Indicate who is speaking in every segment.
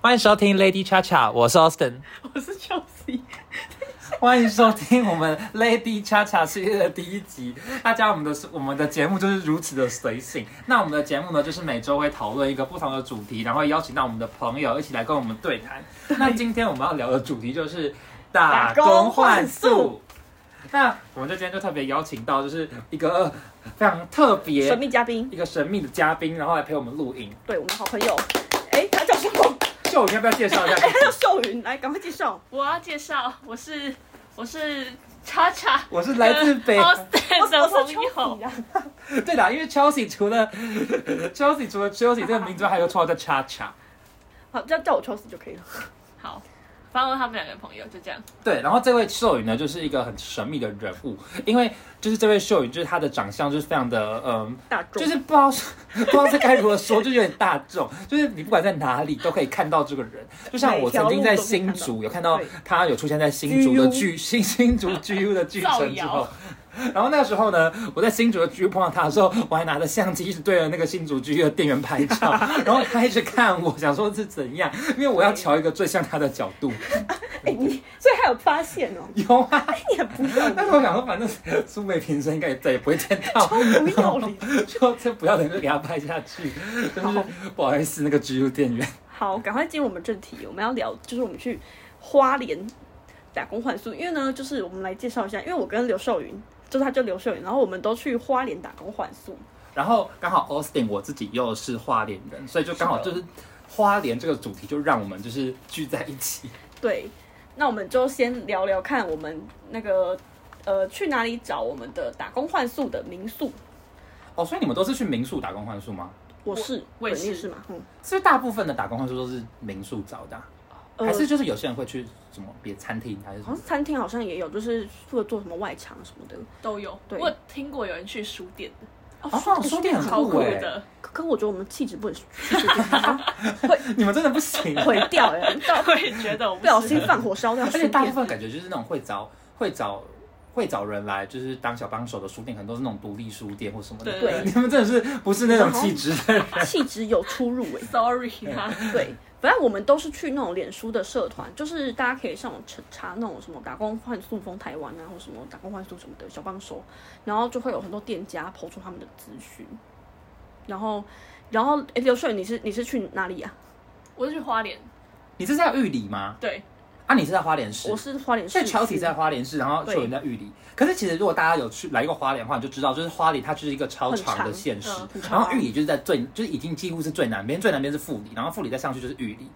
Speaker 1: 欢迎收听 Lady Cha Cha，我是 Austin，
Speaker 2: 我是 Chelsea。
Speaker 1: 欢迎收听我们 Lady Cha Cha 系列的第一集。大家，我们的我们的节目就是如此的随性。那我们的节目呢，就是每周会讨论一个不同的主题，然后邀请到我们的朋友一起来跟我们对谈。那今天我们要聊的主题就是打工换
Speaker 2: 打工换
Speaker 1: 宿。那我们这边就特别邀请到，就是一个呃非常特别、
Speaker 2: 神秘嘉宾，
Speaker 1: 一个神秘的嘉宾，然后来陪我们录音。
Speaker 2: 对我们的好朋友，哎，他叫什么？
Speaker 1: 就我要不要介 绍一下
Speaker 2: 哎，
Speaker 1: 自己？
Speaker 2: 他叫秀云，来，赶快介绍。
Speaker 3: 我要介绍，我是我是叉叉，
Speaker 1: 我是来自北
Speaker 3: 哦 Austin 的
Speaker 2: 我
Speaker 3: 朋
Speaker 2: 是 Chelsea
Speaker 3: 友，
Speaker 2: 啊
Speaker 1: 对啦，因为 Chelsea 除了 Chelsea 除了 Chelsea 这个名字，还有绰号叫 Cha Cha。
Speaker 2: 好，叫叫我 Chelsea 就可以了。
Speaker 3: 好，反正我是他们两个朋友就这样。
Speaker 1: 对，然后这位秀宇呢，就是一个很神秘的人物，因为就是这位秀宇，就是他的长相就是非常的嗯。
Speaker 2: 大众
Speaker 1: 就是不知道 不知道这该如何说，就是有点大众，就是你不管在哪里都可以看到这个人。就像我曾经在新竹有看到
Speaker 2: 对
Speaker 1: 他有出现在新竹的剧新新竹 GU 的剧城之后
Speaker 3: 造。
Speaker 1: 然后那个时候呢，我在新竹的 GU 碰到他的时候，我还拿着相机一直对着那个新竹 GU 的店员拍照，然后他一直看我，想说是怎样，因为我要调一个最像他的角度。
Speaker 2: 哎，你所以还有发现哦，
Speaker 1: 有啊，
Speaker 2: 哎，你很不要
Speaker 1: 但
Speaker 2: 脸，
Speaker 1: 是我想说，反正苏美平生应该也再也不会见到，
Speaker 2: 不要脸。
Speaker 1: 就这不要脸就给他拍下去，就是
Speaker 2: 好
Speaker 1: 不好意思那个 GU 店员。
Speaker 2: 好，赶快进入我们正题，我们要聊就是我们去花莲打工换宿，因为呢，就是我们来介绍一下，因为我跟刘秀云，就是他叫刘秀云，然后我们都去花莲打工换宿，
Speaker 1: 然后刚好 Austin 我自己又是花莲人，所以就刚好就是花莲这个主题就让我们就是聚在一起。
Speaker 2: 对，那我们就先聊聊看我们那个呃去哪里找我们的打工换宿的民宿。
Speaker 1: 哦，所以你们都是去民宿打工换宿吗？
Speaker 2: 我是，
Speaker 3: 我也
Speaker 2: 肯定
Speaker 3: 是
Speaker 2: 是嘛，嗯，
Speaker 1: 是不是大部分的打工换宿都是民宿找的啊、
Speaker 2: 呃
Speaker 1: 还是就是有些人会去什么别餐厅还是什
Speaker 2: 好
Speaker 1: 么
Speaker 2: 像？餐厅好像也有，就是或者做什么外场什么的。
Speaker 3: 都有，
Speaker 2: 对
Speaker 3: 我有听过有人去书店的，
Speaker 1: 哦书店很
Speaker 3: 超
Speaker 2: 欸
Speaker 3: 酷
Speaker 1: 对
Speaker 3: 的，
Speaker 2: 可可我觉得我们气质不能 去这边
Speaker 1: 你们真的不行，啊
Speaker 2: 毁掉哎、
Speaker 3: 我也觉得我
Speaker 2: 不
Speaker 3: 不
Speaker 2: 小
Speaker 3: 适
Speaker 2: 心
Speaker 3: 合
Speaker 2: 放火烧掉
Speaker 1: 而
Speaker 2: 书
Speaker 1: 且大部
Speaker 2: 店。
Speaker 1: 分感觉就是那种会找会找。会找人来就是当小帮手的书店，可能都是那种独立书店或什么的。
Speaker 3: 对
Speaker 1: 你们真的是不是那种气质的人？
Speaker 2: 气质有出入哎、
Speaker 3: ，sorry 啊，
Speaker 2: 对，反正我们都是去那种脸书的社团，就是大家可以上网查查那种什么打工换宿风台湾啊，或什么打工换宿什么的小帮手，然后就会有很多店家抛出他们的资讯，然后，然后，哎，刘顺，你是你是去哪里啊？
Speaker 3: 我是去花莲，
Speaker 1: 你是在玉里吗？
Speaker 3: 对，
Speaker 1: 啊，你是在花莲市？
Speaker 2: 我是花莲
Speaker 1: 所以
Speaker 2: 市区，
Speaker 1: 乔体在花莲市，然后
Speaker 2: 对
Speaker 1: 秀云在玉里。可是其实如果大家有去来过花莲的话，你就知道，就是花莲它就是一个超长的县市
Speaker 3: 很长，
Speaker 2: 嗯很
Speaker 1: 然
Speaker 2: 长
Speaker 1: 后玉里就是在最就是已经几乎是最南边，最南边是富里，然后富里再上去就是玉里。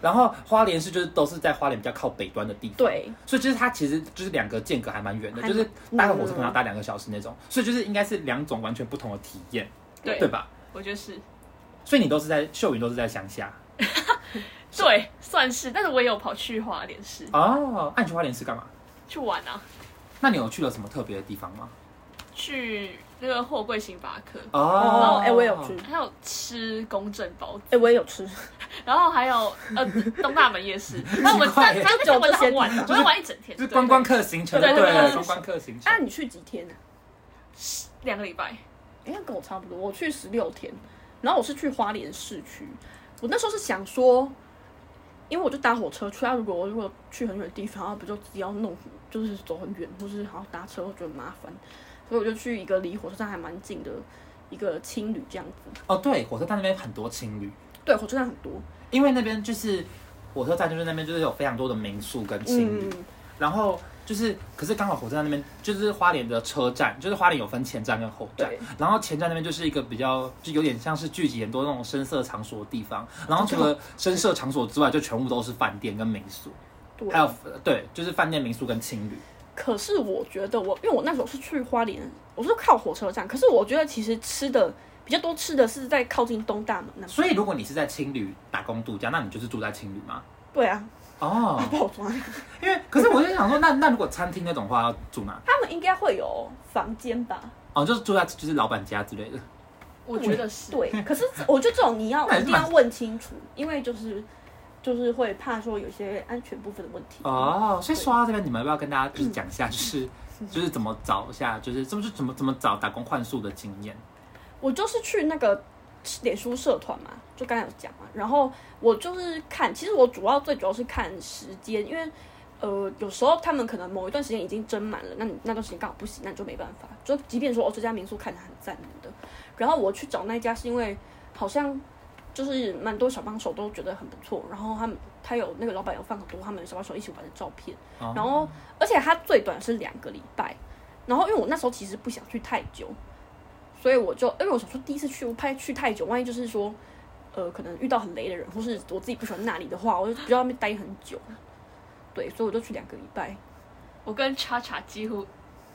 Speaker 1: 然后花莲市就是都是在花莲比较靠北端的地方，
Speaker 2: 对，
Speaker 1: 所以就是它其实就是两个间隔还蛮远的，
Speaker 2: 还
Speaker 1: 就
Speaker 2: 蛮嗯
Speaker 1: 是搭个火车可能要搭两个小时那种，所以就是应该是两种完全不同的体验，
Speaker 3: 对
Speaker 1: 对吧？
Speaker 3: 我觉得是，
Speaker 1: 所以你都是在秀云都是在乡下
Speaker 3: 对，算是，但是我也有跑去花莲市
Speaker 1: 哦，那你去花莲市干嘛？
Speaker 3: 去玩啊，
Speaker 1: 那你有去了什么特别的地方吗？
Speaker 3: 去那个货柜星巴克，
Speaker 1: 哦
Speaker 2: 哦，哎、我也有去，
Speaker 3: 还有吃公正包子
Speaker 2: 哎、我也有吃，
Speaker 3: 然后还有呃东大门夜市，那我们
Speaker 1: 怪
Speaker 3: 但
Speaker 1: 耶
Speaker 3: 但那天我很晚，我
Speaker 1: 就是
Speaker 3: 们玩一整天，
Speaker 1: 就是
Speaker 3: 对
Speaker 1: 观光客行程，
Speaker 3: 对
Speaker 1: 对
Speaker 3: 对对
Speaker 1: 对，
Speaker 3: 对
Speaker 1: 观光客行程
Speaker 2: 啊，。你去几天呢、啊？
Speaker 3: 两个礼拜，
Speaker 2: 哎、那跟我差不多，我去十六天，然后我是去花莲市区。我那时候是想说，因为我就搭火车去，啊，如果我如果去很远的地方，啊，不就直接要弄，就是走很远，或是还要搭车，我觉得很麻烦，所以我就去一个离火车站还蛮近的一个青旅这样子。
Speaker 1: 哦，对，火车站那边很多情侣，
Speaker 2: 对，火车站很多，
Speaker 1: 因为那边就是火车站，就是那边就是有非常多的民宿跟情侣，
Speaker 2: 嗯，
Speaker 1: 然后就是，可是刚好火车站那边就是花莲的车站，就是花莲有分前站跟后站
Speaker 2: 对，
Speaker 1: 然后前站那边就是一个比较，就有点像是聚集很多那种深色场所的地
Speaker 2: 哦
Speaker 1: 方，然后除了深色场所之外，就全部都是饭店跟民宿，
Speaker 2: 对。
Speaker 1: 还有对，就是饭店、民宿跟情侣。
Speaker 2: 可是我觉得我，因为我那时候是去花莲，我是靠火车站，可是我觉得其实吃的比较多，吃的是在靠近东大门那边。
Speaker 1: 所以如果你是在青旅打工度假，那你就是住在青旅吗？
Speaker 2: 对啊，
Speaker 1: 哦，
Speaker 2: 不好抓。
Speaker 1: 因为可是我就想说，那那如果餐厅那种话要住哪？
Speaker 2: 他们应该会有房间吧？
Speaker 1: 哦，就是住在就是老板家之类的。
Speaker 3: 我觉得是，
Speaker 2: 对， 可是这我觉得这种你要
Speaker 1: 那还是
Speaker 2: 一定要问清楚，因为就是就是会怕说有些安全部分的问题。
Speaker 1: 哦，所以说到这边，你们要不要跟大家就是讲一下，就是就是怎么找一下，就是这不是怎么怎么找打工换宿的经验？
Speaker 2: 我就是去那个脸书社团嘛，就刚才有讲嘛。然后我就是看，其实我主要最主要是看时间，因为呃有时候他们可能某一段时间已经蒸满了，那你那段时间刚好不行，那你就没办法。就即便说哦这家民宿看着很赞的，然后我去找那一家是因为好像就是蛮多小帮手都觉得很不错，然后他们他有那个老板有放很多他们小帮手一起玩的照片，
Speaker 1: 哦
Speaker 2: 然后而且他最短是两个礼拜，然后因为我那时候其实不想去太久，所以我就因为我想说第一次去我怕去太久，万一就是说呃可能遇到很雷的人，或是我自己不喜欢那里的话，我就不要在那边待很久，对，所以我就去两个礼拜，
Speaker 3: 我跟叉叉几乎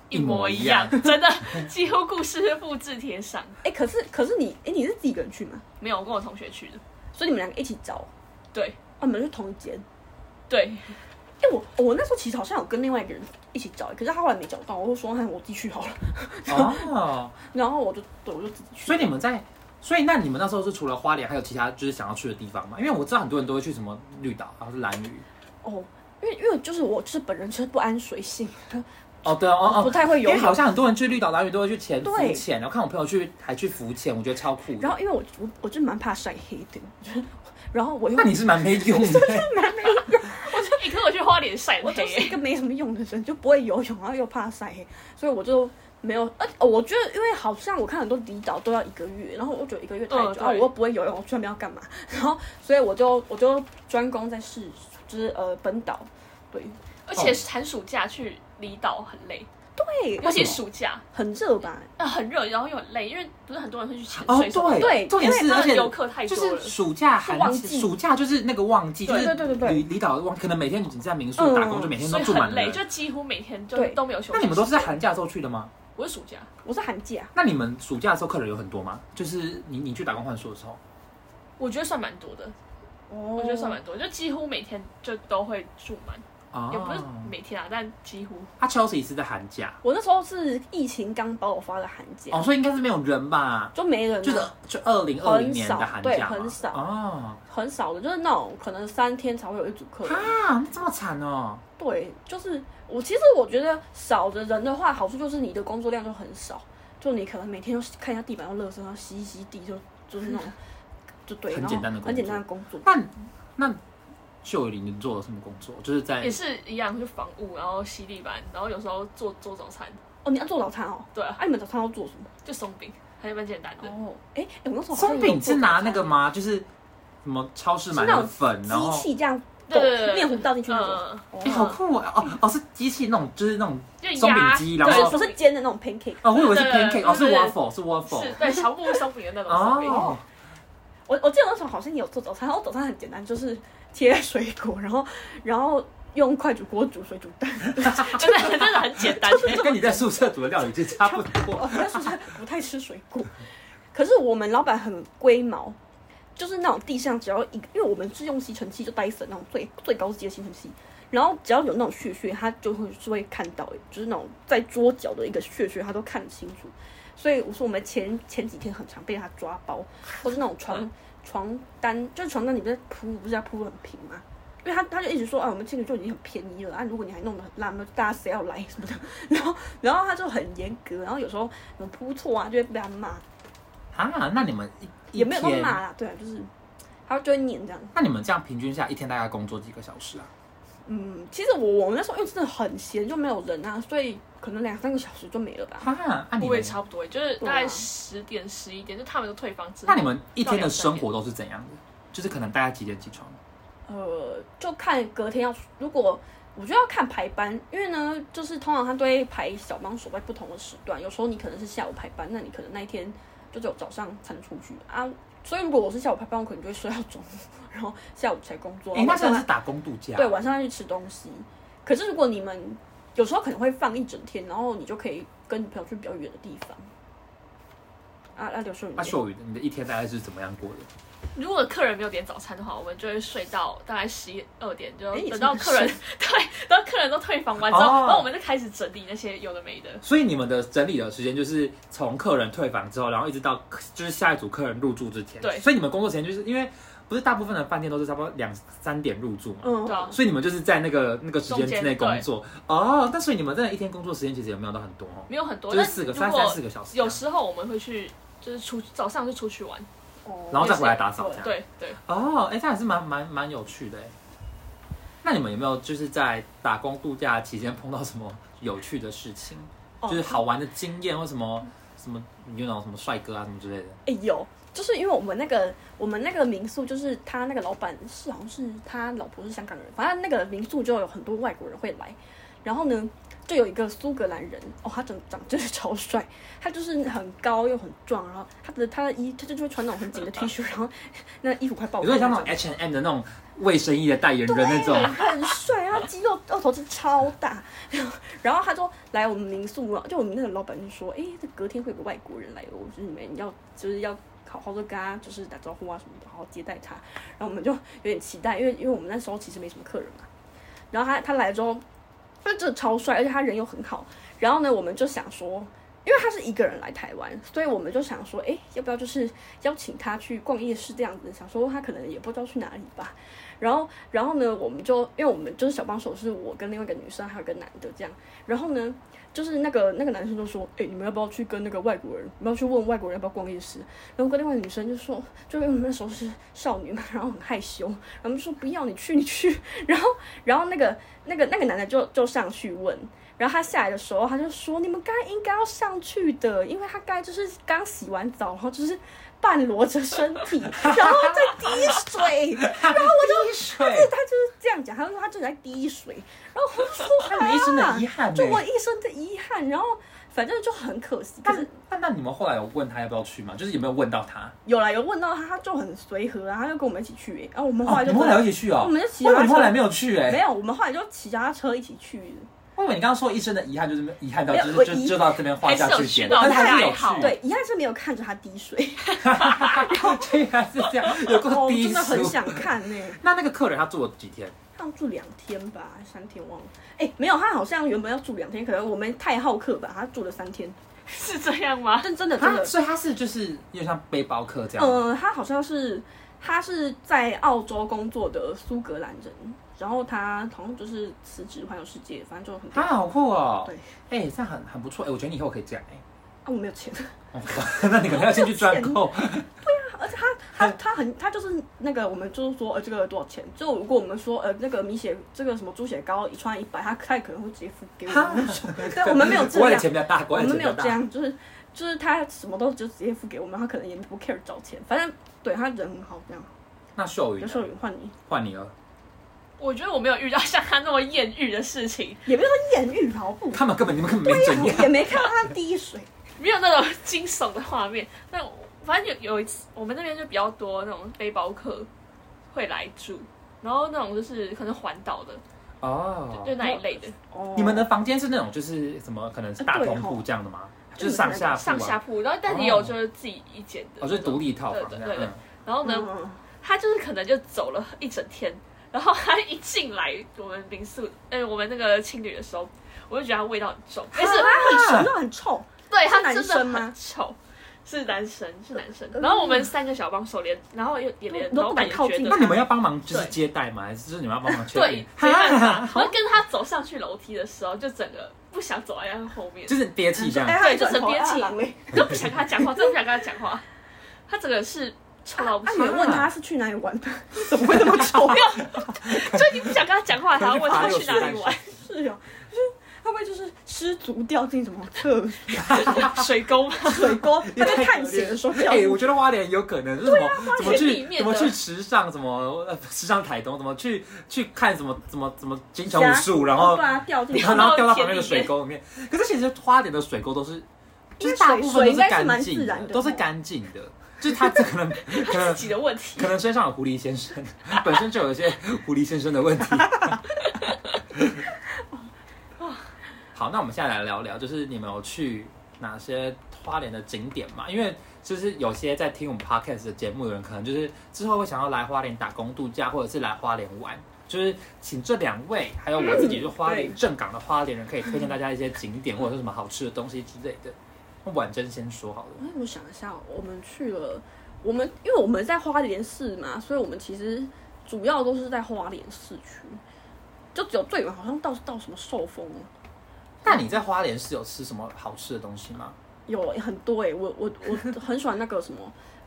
Speaker 3: 一
Speaker 1: 一模
Speaker 3: 模
Speaker 1: 一
Speaker 3: 一
Speaker 1: 样
Speaker 3: 样，真的几乎故事复制贴上。
Speaker 2: 哎，可是可是你哎你是自己一个人去吗？
Speaker 3: 没有，我跟我同学去的。
Speaker 2: 所以你们两个一起找，
Speaker 3: 对
Speaker 2: 啊你们是同一间。
Speaker 3: 对，
Speaker 2: 哎、我我那时候其实好像有跟另外一个人一起找，可是他后来没找到，我就说哎那我自己去好了。
Speaker 1: 哦，
Speaker 2: 然后我就对我就自己去。
Speaker 1: 所以你们在，所以那你们那时候是除了花莲，还有其他就是想要去的地方吗？因为我知道很多人都会去什么绿岛，然后是蓝屿。
Speaker 2: 哦，因为因为就是我就是本人就是不安水性，
Speaker 1: 哦，对哦哦
Speaker 2: 不
Speaker 1: 哦，
Speaker 2: 太会
Speaker 1: 因
Speaker 2: 游
Speaker 1: 为好
Speaker 2: 泳。
Speaker 1: 像很多人去绿岛、蓝屿都会去潜浮
Speaker 2: 对
Speaker 1: 潜，然后看我朋友去还去浮潜，我觉得超酷的。
Speaker 2: 然后因为我我我就蛮怕晒黑的，就是然后我又
Speaker 1: 那你是蛮没用的，
Speaker 3: 一可我去花莲晒
Speaker 2: 我就
Speaker 3: 黑、
Speaker 2: 是一
Speaker 3: 欸，
Speaker 2: 个没什么用的人，就不会游泳，然后又怕晒黑，所以我就没有。而且哦我觉得，因为好像我看很多离岛都要一个月，然后我觉得一个月太久，
Speaker 1: 哦
Speaker 3: 嗯对
Speaker 2: 然后我又不会游泳，我去那边要干嘛？然后所以我就我就专攻在市，就是呃本岛。对，
Speaker 3: 而且寒暑假去离岛很累，
Speaker 1: 哦
Speaker 2: 对，
Speaker 3: 尤其暑假
Speaker 2: 很热吧？
Speaker 3: 啊很热，然后又很累，因为不是很多人会去潜
Speaker 1: 哦
Speaker 3: 水什么的，
Speaker 2: 对
Speaker 1: 重点
Speaker 2: 因
Speaker 1: 是
Speaker 2: 为
Speaker 1: 而
Speaker 3: 那
Speaker 1: 且
Speaker 3: 游客太
Speaker 1: 就
Speaker 3: 多
Speaker 1: 是
Speaker 3: 了。
Speaker 1: 暑假寒
Speaker 2: 旺季
Speaker 1: 暑假就是那个旺季，就
Speaker 2: 对
Speaker 1: 是
Speaker 2: 对对对对
Speaker 1: 离离岛的旺，可能每天你只在民宿
Speaker 2: 嗯
Speaker 1: 打工，就每天
Speaker 3: 所
Speaker 1: 都
Speaker 3: 以
Speaker 1: 住满
Speaker 3: 很
Speaker 1: 了
Speaker 3: 累，
Speaker 1: 人。
Speaker 3: 就几乎每天就
Speaker 2: 对
Speaker 3: 都没有休息。
Speaker 1: 那你们都是在寒假的时候去的吗？
Speaker 3: 我是暑假，
Speaker 2: 我是寒假，
Speaker 1: 那你们暑假的时候客人有很多吗？就是你你去打工换宿的时候，
Speaker 3: 我觉得算蛮多的，
Speaker 2: 我
Speaker 1: 哦
Speaker 3: 我觉得算蛮多，就几乎每天就都会住满，
Speaker 1: 啊
Speaker 3: 也不是每天啊，但几乎。
Speaker 1: 啊，Chelsea 是在寒假
Speaker 2: 我那时候是疫情刚爆发的寒假，
Speaker 1: 哦，所以应该是没有人吧？
Speaker 2: 就没人啊，
Speaker 1: 就是就二零二零年的寒假嘛，
Speaker 2: 很少对很少
Speaker 1: 哦
Speaker 2: 很少的，就是那种可能三天才会有一组客人。
Speaker 1: 啊，那这么惨哦，
Speaker 2: 对，就是我其实我觉得少的人的话，好处就是你的工作量就很少，就你可能每天就看一下地板要垃圾，然后洗一洗地就就是那种。就对，
Speaker 1: 很
Speaker 2: 然后
Speaker 1: 简单的工作
Speaker 2: 很简单的工作。
Speaker 1: 那那秀玲你做了什么工作？就是在
Speaker 3: 也是一样，就房屋，然后洗地板，然后有时候做做早餐，
Speaker 2: 哦，你要做早餐哦？
Speaker 3: 对啊，
Speaker 2: 啊，你们早餐要做什么？
Speaker 3: 就松饼，还蛮简单的。
Speaker 2: 哦，哎，哎我那时候好像
Speaker 1: 松
Speaker 2: 有
Speaker 1: 饼是
Speaker 2: 做
Speaker 1: 拿
Speaker 2: 早餐
Speaker 1: 那个吗？就是什么超市买
Speaker 2: 是那
Speaker 1: 的
Speaker 2: 种
Speaker 1: 粉，然
Speaker 2: 机
Speaker 1: 后
Speaker 2: 器这样
Speaker 3: 对
Speaker 2: 倒
Speaker 3: 对对对
Speaker 2: 面糊倒进去那种。
Speaker 3: 嗯，
Speaker 2: 哦
Speaker 1: 哎、好酷哦！哦哦，是机器那种，就是那种
Speaker 3: 就
Speaker 1: 松饼
Speaker 3: 压
Speaker 1: 机然后
Speaker 2: 对，
Speaker 3: 对，
Speaker 2: 不是煎的那种 pancake。
Speaker 1: 哦，我以为是
Speaker 3: 对对
Speaker 1: pancake，哦是
Speaker 3: 对对
Speaker 1: waffle，是 waffle
Speaker 3: 是。对小木屋松饼的那种松饼。
Speaker 1: 哦，
Speaker 2: 我我记得那时候好像也有做早餐，然后早餐很简单，就是切水果，然后然后用快煮锅煮水煮蛋。
Speaker 3: 真的真的很简 单。
Speaker 1: 跟你在宿舍煮的料理其实差不多。
Speaker 2: 我在宿舍不太吃水果，可是我们老板很龟毛，就是那种地上只要一个，因为我们是用吸尘器，就戴森那种最最高级的吸尘器。然后只要有那种屑屑，他就会是会看到，欸就是那种在桌角的一个屑屑，他都看得清楚。所以我说我们前前几天很常被他抓包，或是那种床床单，就是床单你不是铺不是要铺很平吗？因为他他就一直说啊，我们这个就已经很便宜了啊，如果你还弄得很烂，那大家谁要来什么的。 然后然后他就很严格，然后有时候有铺错啊，就会被他骂，
Speaker 1: 啊，那你们一
Speaker 2: 也没有那么
Speaker 1: 一
Speaker 2: 骂
Speaker 1: 天
Speaker 2: 啦，对啊，就是他就会念这样。
Speaker 1: 那你们这样平均下来一天大概工作几个小时啊？
Speaker 2: 嗯，其实我我们那时候因为真的很闲，就没有人啊，所以可能两三个小时就没了吧。
Speaker 1: 哈、啊，那你
Speaker 3: 嗯我也
Speaker 1: 们
Speaker 3: 差不多，就是大概十点十一点，就他们都退房之后。
Speaker 1: 啊那你们一天的生活都是怎样的？就是可能大家几点起床？
Speaker 2: 呃，就看隔天要出，如果我就要看排班，因为呢，就是通常他都会排小帮手在不同的时段，有时候你可能是下午排班，那你可能那一天就只有早上才能出去啊。所以如果我是下午排班，我可能就会睡到中午， 然后下午才工作。
Speaker 1: 哎、那
Speaker 2: 晚上
Speaker 1: 真的是打工度假。
Speaker 2: 对，晚上要去吃东西。可是如果你们有时候可能会放一整天，然后你就可以跟你朋友去比较远的地方。啊，那刘秀宇
Speaker 1: 那
Speaker 2: 呢，
Speaker 1: 秀宇，你的一天大概是怎么样过的？
Speaker 3: 如果客人没有点早餐的话，我们就会睡到大概十一二点，就
Speaker 2: 哎你
Speaker 3: 等到
Speaker 2: 真的
Speaker 3: 客人 对，等到客人都退房完之后，
Speaker 1: 哦
Speaker 3: 然后我们就开始整理那些有的没的。
Speaker 1: 所以你们的整理的时间就是从客人退房之后，然后一直到就是下一组客人入住之前。
Speaker 3: 对
Speaker 1: 所以你们工作时间就是因为不是大部分的饭店都是差不多两三点入住嘛，
Speaker 2: 嗯
Speaker 3: 对，啊，
Speaker 1: 所以你们就是在那个那个时间之内
Speaker 3: 中
Speaker 1: 工
Speaker 3: 间
Speaker 1: 作哦。但所以你们真的一天工作时间其实也没有到很多哦，
Speaker 3: 没有很多，
Speaker 1: 就是
Speaker 3: 但
Speaker 1: 四个
Speaker 3: 如
Speaker 1: 三三
Speaker 3: 果
Speaker 1: 四个小时这样。
Speaker 3: 有时候我们会去，就是出早上就出去玩，
Speaker 2: 哦
Speaker 1: 然后再回来打扫这样。
Speaker 3: 对对，
Speaker 1: 哦，哎、这还是蛮蛮蛮有趣的哎。那你们有没有就是在打工度假期间碰到什么有趣的事情，
Speaker 2: 嗯
Speaker 3: 哦
Speaker 1: 就是好玩的经验或什么什么，你有那种什么帅哥啊什么之类的？
Speaker 2: 哎、有，就是因为我们那个我们那个民宿，就是他那个老板是好像是他老婆是香港人，反正那个民宿就有很多外国人会来。然后呢，就有一个苏格兰人，哦，他长长得真的超帅，他就是很高又很壮，然后他的他的衣他就是会穿那种很
Speaker 1: 呃
Speaker 2: 紧的 T 恤，然后那衣服快爆
Speaker 1: 有
Speaker 2: 开
Speaker 1: 点
Speaker 2: 那
Speaker 1: 像
Speaker 2: 种，
Speaker 1: 那种 H and M 的那种卫生衣的代言人那种。
Speaker 2: 很帅，然后肌肉二头肌超大。然后他就来我们民宿啊，就我们那个老板就说，哎、这隔天会有个外国人来哦，就是你们要就是要好好的跟他就是打招呼啊什么的，好好接待他。然后我们就有点期待，因为因为我们那时候其实没什么客人嘛。然后他他来之后，他真的超帅，而且他人又很好。然后呢，我们就想说。因为他是一个人来台湾，所以我们就想说，哎，要不要就是邀请他去逛夜市这样子？想说他可能也不知道去哪里吧。然后，然后呢，我们就因为我们就是小帮手，是我跟另外一个女生还有一个男的这样。然后呢，就是那个那个男生就说：“哎，你们要不要去跟那个外国人？你们要去问外国人要不要逛夜市？”然后跟另外一个女生就说：“就因为我们那时候是少女嘛，然后很害羞，然后我们就说不要你去你去。”然后，然后那个那个那个男的就就上去问。然后他下来的时候，他就说：“你们刚刚应该要上去的，因为他刚才就是刚洗完澡，然后就是半裸着身体，然后在滴水，
Speaker 1: 我就水，
Speaker 2: 他就是这样讲，他就说他正在滴水，啊然后我就说
Speaker 1: 那你一身的遗憾
Speaker 2: 就
Speaker 1: 呢
Speaker 2: 我？一身的遗憾，然后反正就很可惜。可
Speaker 1: 但
Speaker 2: 是
Speaker 1: 但那你们后来有问他要不要去吗？就是有没有问到他？
Speaker 2: 有啦，有问到他，他就很随和啊，他就跟我们一起去、欸，然后我们后
Speaker 1: 哦，
Speaker 2: 来
Speaker 1: 你
Speaker 2: 就
Speaker 1: 们
Speaker 2: 真
Speaker 1: 后
Speaker 2: 的、
Speaker 1: 来有一起去哦？
Speaker 2: 我们就骑
Speaker 1: 我以为
Speaker 2: 他
Speaker 1: 你
Speaker 2: 车
Speaker 1: 后来没有去哎、
Speaker 2: 没有，我们后来就骑脚踏车一起去的。
Speaker 1: 我以为你刚刚说一生的遗憾就是遗憾到
Speaker 2: 没
Speaker 1: 就
Speaker 2: 有
Speaker 1: 是
Speaker 2: 我
Speaker 1: 就
Speaker 2: 遗
Speaker 1: 就到这边画下
Speaker 3: 还是有
Speaker 1: 句
Speaker 3: 去
Speaker 1: 点，
Speaker 3: 到
Speaker 1: 但是还是有
Speaker 3: 还好
Speaker 1: 去，
Speaker 2: 对，遗憾是没有看着他滴水，
Speaker 1: 对，原来是这 样，有够
Speaker 2: 哦，
Speaker 1: 低
Speaker 2: 真的很
Speaker 1: 俗。
Speaker 2: 想看呢、欸。
Speaker 1: 那那个客人他住了几天？
Speaker 2: 他要住两天吧，三天忘了。哎、没有，他好像原本要住两天，可能我们太好客吧，他住了三天。
Speaker 3: 是这样吗？
Speaker 2: 但真的真
Speaker 1: 他
Speaker 2: 的，
Speaker 1: 所以他是就是有点像背包客这样。
Speaker 2: 呃，他好像是他是在澳洲工作的苏格兰人，然后他好像就是辞职环游世界，反正就很
Speaker 1: 啊，
Speaker 2: 啊，
Speaker 1: 好酷哦！
Speaker 2: 对，
Speaker 1: 哎、这样很很不错哎、我觉得你以后可以这样哎、
Speaker 2: 啊我没有钱，
Speaker 1: 哦 那你可能要先去赚够。
Speaker 2: 而且他 他他很他就是那个我们就是说呃这个多少钱？就如果我们说呃那个米血这个什么猪血糕一串一百，他他也可能会直接付给我们那 种， 对，我们没有这
Speaker 1: 我的
Speaker 2: 样，
Speaker 1: 钱比较大，
Speaker 2: 我
Speaker 1: 的
Speaker 2: 们
Speaker 1: 钱
Speaker 2: 没
Speaker 1: 比
Speaker 2: 有
Speaker 1: 较
Speaker 2: 这
Speaker 1: 大。
Speaker 2: 样，就是就是他什么都就直接付给我们，他可能也不 care 找钱，反正对他人很好这样。
Speaker 1: 那秀宇
Speaker 2: 有时候换你
Speaker 1: 换你了，
Speaker 3: 我觉得我没有遇到像他那么艳遇的事情，
Speaker 2: 也不是说艳遇跑步，
Speaker 1: 他们根本你们根本没 怎样。
Speaker 2: 也没看到他滴水。
Speaker 3: 没有那种惊悚的画面。但我反正有有一次，我们那边就比较多那种背包客会来住，然后那种就是可能环岛的，
Speaker 2: 呃
Speaker 1: 哦
Speaker 3: 就那一类的，
Speaker 2: 哦
Speaker 1: 你们的房间是那种就是什么可能是大通铺这样的吗？就是上下铺、啊、
Speaker 3: 上下铺，然后但也有就是自己一间的，
Speaker 1: 哦，就是独
Speaker 3: 立。
Speaker 1: 立套房这
Speaker 3: 对
Speaker 1: 样。
Speaker 3: 对对
Speaker 1: 嗯
Speaker 3: 然后呢，
Speaker 2: 嗯
Speaker 3: 他就是可能就走了一整天， 然后他一进来我们民宿，呃，我们那个青旅的时候，我就觉得他味道很重，但
Speaker 2: 哎
Speaker 3: 是
Speaker 2: 他很臭，啊很臭，
Speaker 3: 对
Speaker 2: 是
Speaker 3: 他
Speaker 2: 男
Speaker 3: 真的
Speaker 2: 生吗
Speaker 3: 很臭。是男生，是男生。
Speaker 2: 嗯
Speaker 3: 然后我们三个小帮手连，然后又也连
Speaker 2: 都
Speaker 3: 老板也
Speaker 2: 都不敢靠
Speaker 3: 觉
Speaker 2: 近
Speaker 3: 得
Speaker 1: 那你们要帮忙就是接待吗？还是就是你们要帮忙确
Speaker 3: 对
Speaker 1: 定，？
Speaker 3: 没办法。然后跟他走上去楼梯的时候，就整个不想走在他后面，
Speaker 1: 就是憋气这样。
Speaker 2: 哎
Speaker 3: 对就是憋气
Speaker 2: 他很臭
Speaker 3: 就不想跟他讲话，真的不想跟他讲话。他整个是臭到不
Speaker 2: 啊，
Speaker 3: 行
Speaker 2: 你，们问他是去哪里玩的， 怎么会那么 臭？
Speaker 3: 就已经不想跟他讲话，还要问他去哪里 玩，
Speaker 2: 是哦，就是会不会就是失足掉进什么厕所
Speaker 3: 水沟吗？
Speaker 2: 水 沟？他在探险的时候掉
Speaker 1: 哎、
Speaker 2: 进
Speaker 1: 我觉得花莲有可能，就是什么、怎么
Speaker 3: 莲
Speaker 1: 去
Speaker 3: 里面
Speaker 1: 怎么
Speaker 3: 的
Speaker 1: 去池上，怎么呃池上台东，怎么去去看什么怎么怎么金城武术，然后
Speaker 2: 对啊，掉进
Speaker 1: 然后然后掉到旁边的水沟里面。可是其实花莲的水沟都是，就
Speaker 2: 因为
Speaker 1: 是大
Speaker 2: 水
Speaker 1: 部分都
Speaker 2: 水应该是
Speaker 1: 干
Speaker 2: 蛮
Speaker 1: 净
Speaker 2: 自然的
Speaker 1: 都是干净的。就是他这可能可能
Speaker 3: 自己的问题
Speaker 1: 可。能身上有狐狸先生， 本身就有一些狐狸先生的问题。 好，那我们现在来聊聊，就是你们有去哪些花莲的景点嘛？因为就是有些在听我们 podcast 的节目的人，可能就是之后会想要来花莲打工度假，或者是来花莲玩。就是请这两位，还有我自己，就花莲
Speaker 2: 对
Speaker 1: 正港的花莲人，可以推荐大家一些景点或者是什么好吃的东西之类的。那婉珍先说好了。
Speaker 2: 哎我想一下，我们去了，我们因为我们在花莲市嘛，所以我们其实主要都是在花莲市区，就只有最远好像到到什么寿丰哦
Speaker 1: 那你在花莲是有吃什么好吃的东西吗？
Speaker 2: 欸 有很多哎、我我我很喜欢那个什么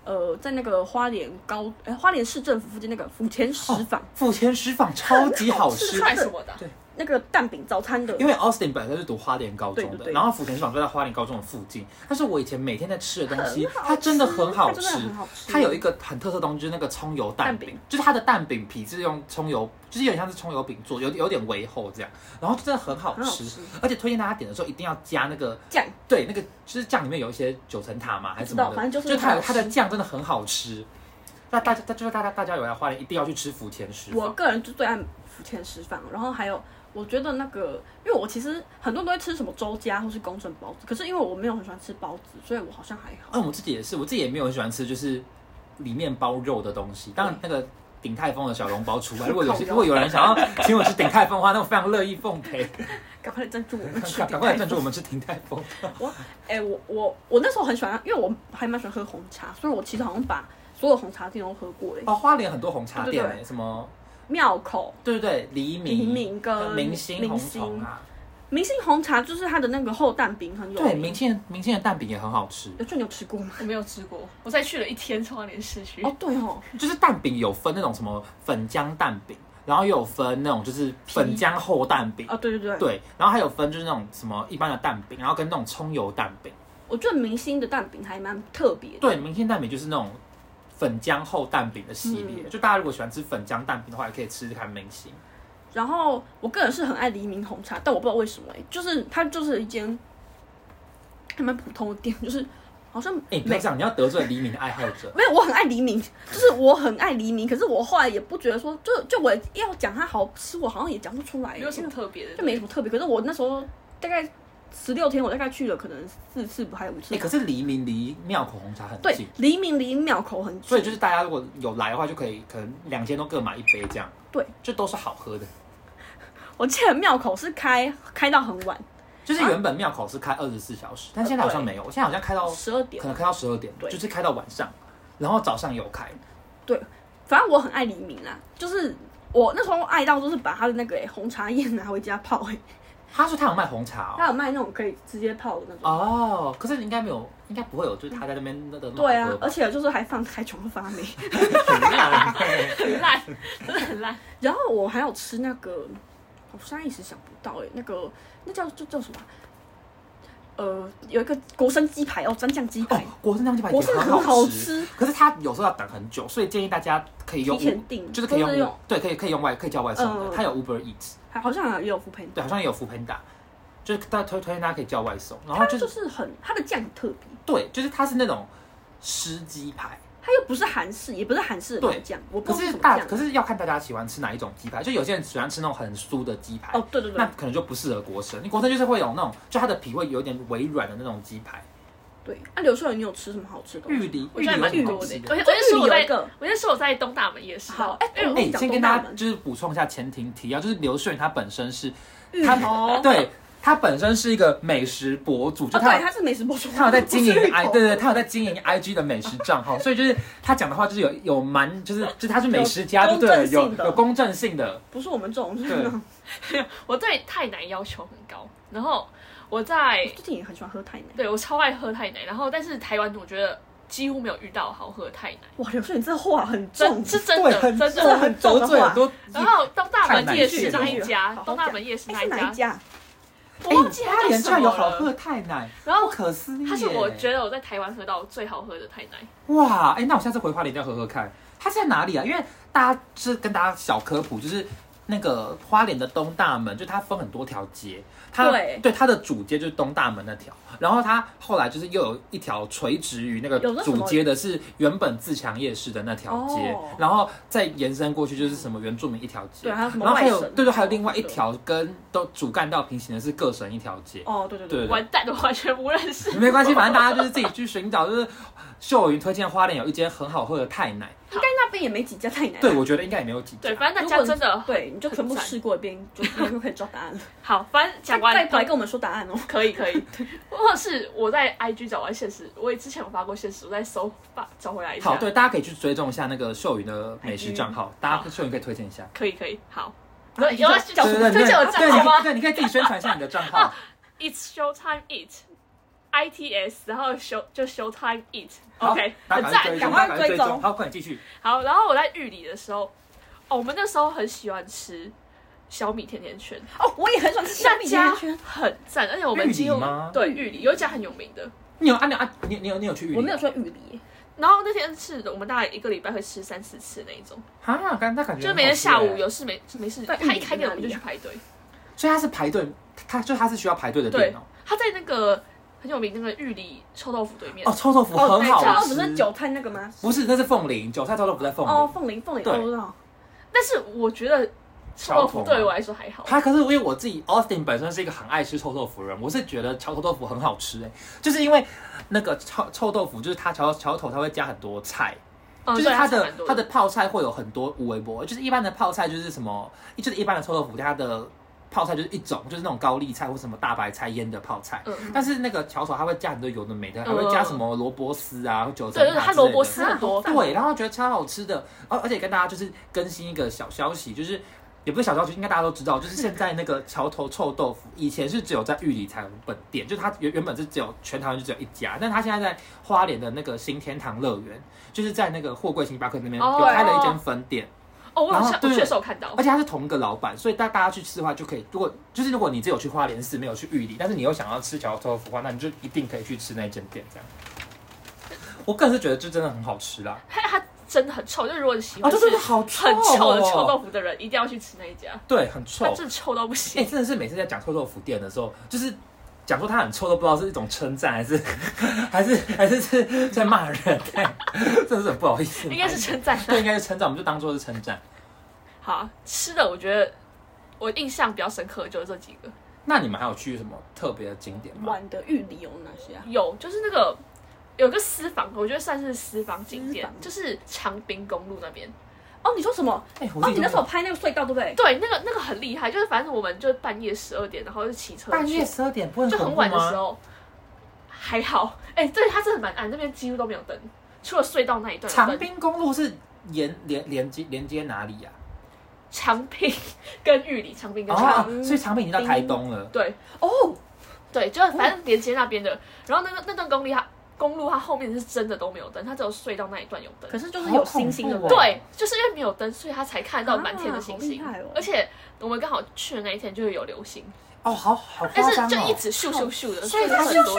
Speaker 2: 呃，在那个花莲高哎花莲市政府附近那个府前
Speaker 1: 哦
Speaker 2: 石坊、
Speaker 1: 富千石 坊超级好
Speaker 3: 是
Speaker 1: 吃，
Speaker 3: 卖什么的啊？
Speaker 2: 那个蛋饼早餐的，
Speaker 1: 因为 Austin 本身是读花莲高中
Speaker 2: 对对
Speaker 1: 的，
Speaker 2: 对
Speaker 1: 然后福田市场就在花莲高中的附近。但是我以前每天在吃的东西，
Speaker 2: 很好吃
Speaker 1: 它真的很好
Speaker 2: 它真的
Speaker 1: 吃
Speaker 2: 很好。吃
Speaker 1: 它有一个很特色的东西，就是那个葱油蛋
Speaker 2: 蛋
Speaker 1: 饼
Speaker 2: 饼，
Speaker 1: 就是它的蛋饼皮是用葱油，就是有点像是葱油饼做，有有点微厚这样，然后真的很好
Speaker 2: 很好
Speaker 1: 吃
Speaker 2: 吃。
Speaker 1: 而且推荐大家点的时候一定要加那个
Speaker 2: 酱
Speaker 1: 对，那个就是酱里面有一些九层塔嘛，还是什
Speaker 2: 不知
Speaker 1: 么
Speaker 2: 道
Speaker 1: 的，
Speaker 2: 反正就是
Speaker 1: 就是它有
Speaker 2: 很好
Speaker 1: 它
Speaker 2: 吃
Speaker 1: 的酱真的很好吃。那大家，就是大家，大家有来花莲一定要去吃福田食
Speaker 2: 我
Speaker 1: 坊，
Speaker 2: 个人就最爱福田食坊，然后还有我觉得那个，因为我其实很多人都会吃什么周家或是公正包子，可是因为我没有很喜欢吃包子，所以我好像还好。
Speaker 1: 嗯，我自己也是，我自己也没有很喜欢吃，就是里面包肉的东西。当然，那个鼎泰丰的小笼包除 外。如果有
Speaker 2: 烤肉
Speaker 1: 如果有人想要请我吃鼎泰丰的话，那我非常乐意奉 陪。
Speaker 2: 赶快来赞助我们吃
Speaker 1: 赶
Speaker 2: 鼎
Speaker 1: 赶快来
Speaker 2: 泰
Speaker 1: 赞助
Speaker 2: 丰
Speaker 1: 我们吃鼎泰丰。
Speaker 2: 哎、我我我那时候很喜欢，因为我还蛮喜欢喝红茶，所以我其实好像把所有红茶店都喝过嘞、
Speaker 1: 哦，花莲很多红茶
Speaker 2: 对对
Speaker 1: 店
Speaker 2: 对
Speaker 1: 诶，什么
Speaker 2: 庙口
Speaker 1: 对对对，黎
Speaker 2: 黎
Speaker 1: 明、呃
Speaker 2: 明跟
Speaker 1: 明星
Speaker 2: 明
Speaker 1: 红
Speaker 2: 星
Speaker 1: 虫啊，
Speaker 2: 明星红茶，就是它的那个厚蛋饼很有
Speaker 1: 对，
Speaker 2: 名
Speaker 1: 明星明星的蛋饼也很好吃。
Speaker 2: 有俊你有吃过吗？
Speaker 3: 我没有吃过，我才去了一天花莲市区。
Speaker 2: 哦，对哦，
Speaker 1: 就是蛋饼有分那种什么粉浆蛋饼，然后又有分那种就是粉浆厚蛋饼，
Speaker 2: 啊，对对对，
Speaker 1: 对，然后还有分就是那种什么一般的蛋饼，然后跟那种葱油蛋饼。
Speaker 2: 我觉得明星的蛋饼还蛮特别的。
Speaker 1: 对，明星蛋饼就是那种粉浆厚蛋饼的系列，
Speaker 2: 嗯
Speaker 1: 就大家如果喜欢吃粉浆蛋饼的话，也可以吃吃看明星。
Speaker 2: 然后我个人是很爱黎明红茶，但我不知道为什么、欸，就是它就是一间还蛮普通的店，就是好像
Speaker 1: 哎、
Speaker 2: 每
Speaker 1: 你不要这样，你要得罪黎明的爱好 者。
Speaker 2: 没有，我很爱黎明，就是我很爱黎明，可是我后来也不觉得说，就就我要讲它好吃，我好像也讲不出来，
Speaker 3: 没有什
Speaker 2: 因
Speaker 3: 么
Speaker 2: 为
Speaker 3: 特别的，
Speaker 2: 哎就没什么特别。可是我那时候大概十六天，我大概去了可能四次吧，还有五次
Speaker 1: 哎、。可是黎明离庙口红茶很
Speaker 2: 对
Speaker 1: 近，，
Speaker 2: 黎明离庙口很近，
Speaker 1: 所以就是大家如果有来的话，就可以可能两间都各买一杯这样。
Speaker 2: 对，
Speaker 1: 这都是好喝的。
Speaker 2: 我记得庙口是开开到很晚，
Speaker 1: 就是原本庙口是开二十四小时，但现在好像没有，现在好像开到
Speaker 2: 呃十二点
Speaker 1: 可。能开到十二点，
Speaker 2: 对
Speaker 1: 就是开到晚上，然后早上有开。
Speaker 2: 反正我很爱黎明啦，就是我那时候爱到就是把他的那个、欸红茶叶拿回家泡、
Speaker 1: 哦
Speaker 2: 欸，
Speaker 1: 他说他有卖红茶
Speaker 2: 他有卖那种可以直接泡的那种。
Speaker 1: 哦，哦，可是你应该没有，应该不会有，就是他在那边那个
Speaker 2: 对啊
Speaker 1: 老，
Speaker 2: 而
Speaker 1: 哥
Speaker 2: 且就是还放开全部发霉。
Speaker 1: 很烂
Speaker 3: 很烂，真的很烂。
Speaker 2: 然后我还有吃那个，我现在一时想不到哎、那个那叫就叫什么啊？呃，有一个国生鸡排哦，蘸酱鸡
Speaker 1: 哦
Speaker 2: 排，，
Speaker 1: 国生酱鸡排
Speaker 2: 国
Speaker 1: 也
Speaker 2: 生很
Speaker 1: 很
Speaker 2: 好
Speaker 1: 好吃，
Speaker 2: 吃，
Speaker 1: 可是他有时候要等很久，所以建议大家可以用
Speaker 2: 提前订
Speaker 1: 就是可以
Speaker 2: 或
Speaker 1: 用
Speaker 2: 是用
Speaker 1: 对，可以可以用外可以叫外送的，
Speaker 2: 嗯
Speaker 1: 他有 Uber Eats，
Speaker 2: 还好像也有福培。
Speaker 1: 对，好像也有 Foodpanda，就是大推推荐大家可以叫外送，然后
Speaker 2: 它
Speaker 1: 哦就是
Speaker 2: 就是很它的酱很特别，
Speaker 1: 对，就是它是那种湿鸡排。
Speaker 2: 它又不是韩式，也不是韩式的
Speaker 1: 对
Speaker 2: 麻酱，我不
Speaker 1: 可
Speaker 2: 知道
Speaker 1: 是
Speaker 2: 什么
Speaker 1: 大，
Speaker 2: 酱。
Speaker 1: 可是要看大家喜欢吃哪一种鸡排。就有些人喜欢吃那种很酥的鸡排，
Speaker 2: 哦，对对
Speaker 1: 那
Speaker 2: 对，
Speaker 1: 可能就不适合国生。你国生就是会有那种，就它的皮会有点微软的那种鸡排。
Speaker 2: 对。那刘秀仁，你有吃什么好吃的东西？
Speaker 1: 玉梨，
Speaker 3: 我觉得还蛮
Speaker 1: 玉梨有
Speaker 3: 多
Speaker 1: 好
Speaker 3: 的欸
Speaker 1: 吃。
Speaker 3: 我先
Speaker 2: 这
Speaker 3: 我先说
Speaker 2: 有
Speaker 3: 我
Speaker 2: 一
Speaker 3: 在，
Speaker 2: 个
Speaker 3: 我先说我在东大门夜市。
Speaker 2: 好，哎、
Speaker 3: 因为
Speaker 2: 我
Speaker 3: 我
Speaker 2: 跟
Speaker 1: 哎、
Speaker 2: 你讲，
Speaker 1: 先
Speaker 2: 东
Speaker 1: 跟
Speaker 2: 大
Speaker 1: 大家
Speaker 2: 门
Speaker 1: 就是补充一下前庭提要，就是刘顺他本身是，
Speaker 2: 芋
Speaker 1: 他
Speaker 2: 头，
Speaker 1: 对他本身是一个美食博主，就
Speaker 2: 哦，
Speaker 1: 他
Speaker 2: 对，
Speaker 1: 有、
Speaker 2: 他是美食博主，
Speaker 1: 他有在 经营
Speaker 2: 不是芋头
Speaker 1: i 对对，他有在经营 IG 的美食账号，所以就是他讲的话就是有有蛮就是就是他是美食家，
Speaker 2: 有
Speaker 1: 就对了，
Speaker 2: 公正
Speaker 1: 有
Speaker 2: 性的
Speaker 1: 有公正性的，
Speaker 2: 不是我们这种，就是
Speaker 1: 对
Speaker 2: 那种
Speaker 3: 我对太奶要求很高，然后我在
Speaker 2: 最近也很喜欢喝太奶。
Speaker 3: 对我超爱喝太奶，然后但是台湾我觉得几乎没有遇到好喝的太奶，
Speaker 2: 哇，刘秀仁这话很重
Speaker 3: 真，是真
Speaker 1: 对，
Speaker 3: 的
Speaker 1: 很
Speaker 3: 真
Speaker 1: 这
Speaker 3: 的。
Speaker 1: 很得罪很多。
Speaker 3: 然后东大门夜
Speaker 1: 太
Speaker 3: 市
Speaker 1: 奶
Speaker 3: 那一家
Speaker 2: 好好，
Speaker 3: 东大门夜市
Speaker 2: 哎
Speaker 3: 那
Speaker 2: 是
Speaker 3: 一
Speaker 2: 哪一
Speaker 3: 家，
Speaker 2: 家？
Speaker 3: 我忘记
Speaker 1: 花
Speaker 3: 它叫
Speaker 1: 莲居
Speaker 3: 什
Speaker 1: 然有
Speaker 3: 么
Speaker 1: 好喝的
Speaker 3: 了。
Speaker 1: 太奶，
Speaker 3: 然后
Speaker 1: 不可思议耶。
Speaker 3: 它是我觉得我在台湾喝到最好喝的太奶，
Speaker 1: 哇，哎、那我下次回花莲一定要喝喝看，它是在哪里啊？因为大家是跟大家小科普，就是那个花莲的东大门，就它分很多条街，它
Speaker 2: 对
Speaker 1: 它的主街就是东大门那条，然后它后来就是又有一条垂直于那个
Speaker 2: 有那什么
Speaker 1: 主街的是原本自强夜市的那条街，
Speaker 2: 哦
Speaker 1: 然后再延伸过去就是什么原住民一条街，
Speaker 2: 对，还有什么
Speaker 1: 然后还
Speaker 2: 外
Speaker 1: 有
Speaker 2: 省？
Speaker 1: 对对，还有另外一。条跟都主干道平行的是各省一条街，
Speaker 2: 哦，对对
Speaker 1: 对
Speaker 2: 对，
Speaker 3: 完蛋，我完全不认 识。
Speaker 1: 没关系，反正大家就是自己去寻找，就是秀云推荐花莲有一间很好喝的太奶。
Speaker 2: 应该那边也没几家太奶。
Speaker 1: 对，，我觉得应该也没有几家
Speaker 3: 对，。反正
Speaker 2: 如
Speaker 3: 大
Speaker 2: 果
Speaker 3: 家
Speaker 2: 你
Speaker 3: 真的
Speaker 2: 对，你就全部
Speaker 3: 很赞
Speaker 2: 试过一遍，就你就可以知道答 案了。
Speaker 3: 好，反正讲完
Speaker 2: 再再来跟我们说答案哦。
Speaker 3: 可以可以， 或者是我在 IG 找完现实，我也之前有发过现实，我再搜发找回来一下。
Speaker 1: 好，对，大家可以去追踪一下那个秀云的美食账号，大家秀云可以推荐一下。
Speaker 3: 可以可以，好。
Speaker 2: 啊
Speaker 3: 有要
Speaker 2: 叫
Speaker 3: 讲
Speaker 2: 什
Speaker 1: 对
Speaker 2: 么
Speaker 1: 对对，
Speaker 3: 推荐我账
Speaker 1: 对，你
Speaker 3: 号吗
Speaker 1: 对，你可以自己宣传一下你的账号。
Speaker 3: ？It's show time eat。 ITS，然后 show 就 Showtime Eat。
Speaker 1: 好
Speaker 3: OK，
Speaker 1: 大
Speaker 3: 很
Speaker 1: 家
Speaker 3: 赞
Speaker 1: 赶，
Speaker 2: 赶
Speaker 1: 快
Speaker 2: 快
Speaker 1: 追
Speaker 2: 追
Speaker 1: 踪
Speaker 2: 踪
Speaker 1: 好，快点继续。
Speaker 3: 好，然后我在玉里的时候，哦，我们那时候很喜欢吃小米甜甜圈，
Speaker 2: 哦，我也很喜欢吃啊小米甜甜
Speaker 3: 那家
Speaker 2: 圈，
Speaker 3: 很赞，而且我
Speaker 1: 玉
Speaker 3: 们
Speaker 1: 里
Speaker 3: 几乎
Speaker 1: 吗
Speaker 3: 对玉里有一家很有名的，
Speaker 1: 你有啊？你有啊？你你有你有去玉林？
Speaker 2: 我没有说雨梨，
Speaker 3: 然后那天是我们大概一个礼拜会吃三四次那一种，
Speaker 1: 啊，感那感觉
Speaker 3: 就
Speaker 1: 很
Speaker 3: 每天
Speaker 1: 好吃
Speaker 3: 下
Speaker 1: 欸
Speaker 3: 午，有事没没事，
Speaker 2: 在玉
Speaker 3: 他
Speaker 2: 里
Speaker 3: 一开店我们就
Speaker 2: 哪里
Speaker 3: 去
Speaker 2: 啊
Speaker 3: 排队，
Speaker 1: 所以它是排队，它就它是需要排队的
Speaker 3: 对
Speaker 1: 店哦。
Speaker 3: 他在那个很有名那个玉里臭豆腐对面
Speaker 1: 哦，，臭豆腐
Speaker 2: 哦
Speaker 1: 很好
Speaker 2: 臭
Speaker 1: 吃，
Speaker 2: 豆腐是韭菜那个吗？
Speaker 1: 不是，那是凤梨，韭菜臭豆腐在凤
Speaker 2: 哦
Speaker 1: 梨。，
Speaker 2: 凤梨凤梨，
Speaker 1: 对
Speaker 2: 哦我知道。
Speaker 3: 但是我觉得臭豆
Speaker 1: 小口
Speaker 3: 腐
Speaker 1: 吗啊
Speaker 3: 对我来说还好，
Speaker 1: 它可是因为我自己 Austin 本身是一个很爱吃臭豆腐的人，我是觉得炒臭豆腐很好吃哎、就是因为那个臭臭豆腐，就是它炒炒头它会加很多菜，
Speaker 3: 嗯，
Speaker 1: 就是它
Speaker 3: 对
Speaker 1: 的
Speaker 3: 蛮多
Speaker 1: 它的泡菜会有很多无微波，就是一般的泡菜就是什么，就是一般的臭豆腐它的泡菜就是一种，就是那种高丽菜或什么大白菜腌的泡菜。
Speaker 3: 嗯，
Speaker 1: 但是那个巧手它会加很多有的没的，还会加什么萝卜丝啊、九层
Speaker 3: 对，
Speaker 1: 塔
Speaker 3: 就是它
Speaker 1: 之类的
Speaker 3: 萝卜丝很多，
Speaker 1: 哦对，然后觉得超好吃的，而而且跟大家就是更新一个小消息，就是也不是小消息，应该大家都知道，就是现在那个桥头臭豆腐，以前是只有在玉里才有本店，就是它原原本是只有全台湾就只有一家，但它现在在花莲的那个新天堂乐园，就是在那个货柜星巴克那边
Speaker 3: 哦
Speaker 1: 有开了一间分店，
Speaker 3: 哦，我好
Speaker 1: 然后
Speaker 3: 像我
Speaker 1: 对
Speaker 3: 确实有看到
Speaker 1: 而，且它是同一个老板，所以大大家去吃的话就可以，如果就是如果你只有去花莲市没有去玉里，但是你又想要吃桥头豆腐的话，那你就一定可以去吃那间店这样。我个人是觉得这真的很好吃啦，
Speaker 3: 它它真的很臭，就是如果你喜
Speaker 1: 啊，
Speaker 3: 欢
Speaker 1: 这
Speaker 3: 吃
Speaker 1: 真的好臭、哦
Speaker 3: 很臭的臭豆
Speaker 1: 腐，
Speaker 3: 腐的人，一定要去吃那一家，
Speaker 1: 对，很臭。
Speaker 3: 它
Speaker 1: 哎、
Speaker 3: 真的臭到不行。
Speaker 1: 真的是每次在讲臭豆腐店的时候，就是讲说它很臭，都不知道是一种称赞还是还是还是是在骂人，对，真的是很不好意思。
Speaker 3: 应该是称赞。
Speaker 1: 对，应该是称赞，我们就当做是称赞。
Speaker 3: 好，吃的我觉得我印象比较深刻的就是这几个，
Speaker 1: 那你们还有去什么特别的景点吗？
Speaker 2: 碗的玉梨有哪些啊？
Speaker 3: 有就是那个有一个私房，我觉得算是私房景点
Speaker 2: 私，房
Speaker 3: 就是长滨公路那边。
Speaker 2: 哦，你说什么？
Speaker 1: 哎、我
Speaker 2: 哦，
Speaker 1: 自己
Speaker 2: 你那时候拍那个隧道对不对？
Speaker 3: 对，那个那个很厉害，就是反正我们就半夜十二点，然后就骑车
Speaker 1: 半
Speaker 3: 去
Speaker 1: 夜，十二点不会
Speaker 3: 就
Speaker 1: 恐
Speaker 3: 很
Speaker 1: 怖
Speaker 3: 晚的时
Speaker 1: 吗？
Speaker 3: 候，还好。哎、对，它真的蛮暗，那边几乎都没有灯，除了隧道那一段有
Speaker 1: 长
Speaker 3: 灯。
Speaker 1: 滨公路是连连连接连接哪里呀、
Speaker 3: 长滨跟玉里，长滨跟长
Speaker 1: 哦
Speaker 3: 滨，
Speaker 1: 啊所以长滨已经到台东了。
Speaker 3: 对，
Speaker 2: 哦，
Speaker 3: 对，就是
Speaker 1: 哦
Speaker 3: 反正连接那边的，然后那个那段公路它公路它后面是真的都没有灯，它只有隧道那一段有灯
Speaker 2: 可。是就是有星星的
Speaker 1: 好恐怖哦
Speaker 3: 对，就是因为没有灯，所以它才看得到满天的星星。
Speaker 2: 啊好厉害哦
Speaker 3: 而且我们刚好去的那一天就是有流星，
Speaker 1: 哦，好好
Speaker 3: 但
Speaker 1: 夸
Speaker 3: 是
Speaker 1: 张
Speaker 3: 就一
Speaker 1: 哦。
Speaker 3: 直咻咻咻的，
Speaker 1: 所以
Speaker 3: 它
Speaker 1: 它
Speaker 3: 很
Speaker 1: 咻
Speaker 3: 多，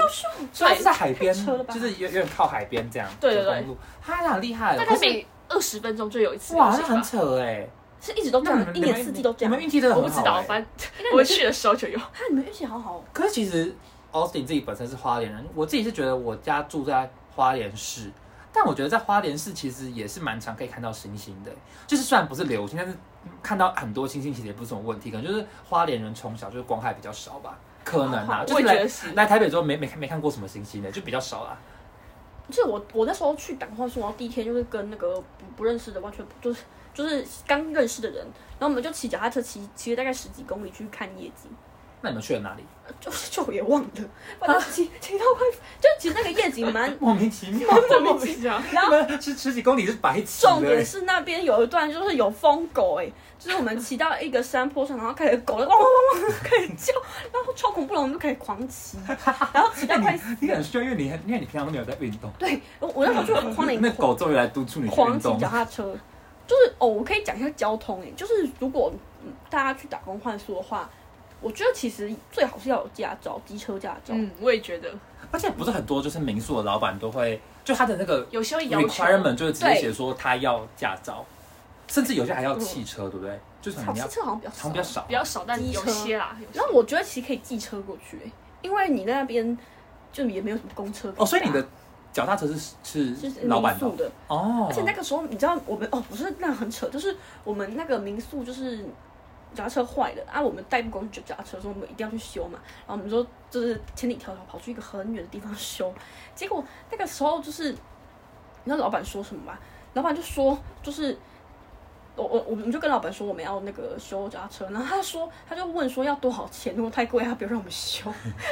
Speaker 1: 所以它是在海边
Speaker 2: 太扯了，吧
Speaker 1: 就是有有点靠海边这样。
Speaker 3: 对对对
Speaker 1: 公路，它很厉害了。
Speaker 3: 大概每二十分钟就有一次
Speaker 1: 哇，那
Speaker 3: 流星
Speaker 1: 很
Speaker 3: 吧。
Speaker 1: 扯哎！
Speaker 2: 是一直都这
Speaker 1: 那你
Speaker 2: 样，
Speaker 1: 们
Speaker 2: 一年四季都这
Speaker 1: 你
Speaker 2: 样
Speaker 1: 们。运气真的
Speaker 3: 我
Speaker 1: 很
Speaker 3: 不
Speaker 1: 好。
Speaker 3: 知道，
Speaker 1: 哎
Speaker 3: 反正我们去的时候就有。
Speaker 2: 看你们运气好好哦，
Speaker 1: 可是其实 Austin 自己本身是花莲人，我自己是觉得我家住在花莲市，但我觉得在花莲市其实也是蛮常可以看到星星的，就是虽然不是流星，但是看到很多星星其实也不是什么问题，可能就是花莲人从小就是光害比较少吧，可能啊，就
Speaker 3: 哦
Speaker 1: 是
Speaker 3: 我也觉
Speaker 1: 来
Speaker 3: 得是。
Speaker 1: 来台北之后没没看没看过什么星星的，就比较少啦。
Speaker 2: 就是我我那时候去港化书，然后第一天就是跟那个不不认识的，完全不就是就是刚认识的人，然后我们就骑脚踏车骑骑了大概十几公里去看夜景，
Speaker 1: 那你们去了哪里？
Speaker 2: 就就 我也忘了，反正骑骑到快，就其实那个夜景蛮，
Speaker 1: 莫名其妙，
Speaker 3: 真莫名其妙，
Speaker 2: 然
Speaker 1: 你
Speaker 2: 后
Speaker 1: 们是十几公里是白痴
Speaker 2: 重
Speaker 1: 的
Speaker 2: 点。是那边有一段就是有疯狗哎、就是我们骑到一个山坡上，然后开始狗汪汪汪汪开始叫，然后超恐怖了，我们就开始狂 骑，然后骑到快死，
Speaker 1: 哎你很凶，因为你很因为你平常都没有在运动，
Speaker 2: 对我我那时候就很慌的一
Speaker 1: 那狗终于来督促你去
Speaker 2: 狂
Speaker 1: 运
Speaker 2: 骑
Speaker 1: 动
Speaker 2: 脚。踏车。就是哦，我可以讲一下交通诶、欸就是如果、嗯大家去打工换宿的话，我觉得其实最好是要有驾照，机车驾照。
Speaker 3: 嗯，我也觉得
Speaker 1: 而且不是很多，就是民宿的老板都会，就他的那个
Speaker 3: 有时候也要求
Speaker 1: requirement 就是直接写说他要驾照，甚至有些还要汽车，对不对？就是可
Speaker 2: 好，
Speaker 1: 能
Speaker 2: 汽
Speaker 1: 要
Speaker 2: 车好像比较
Speaker 1: 好
Speaker 2: 少
Speaker 1: 像比较。少，
Speaker 3: 比较少，但
Speaker 2: 机
Speaker 3: 有
Speaker 2: 车
Speaker 3: 些啦。有些
Speaker 2: 然后我觉得其实可以寄车过去、欸，因为你在那边就也没有什么公车可搭
Speaker 1: 哦。所以你的脚踏车是
Speaker 2: 就是是
Speaker 1: 老
Speaker 2: 民
Speaker 1: 板的
Speaker 2: 宿
Speaker 1: 哦
Speaker 2: 的，
Speaker 1: 哦，
Speaker 2: 而且那个时候你知道我们哦，不是那很扯，就是我们那个民宿就是脚踏车坏了啊，我们代步工具就脚踏车，说我们一定要去修嘛，然后我们说就是千里迢迢跑去一个很远的地方修，结果那个时候就是你知道老板说什么吗？老板就说就是我我我们就跟老板说我们要那个修脚踏车，然后他说他就问说要多少钱，如果太贵他不要让我们修。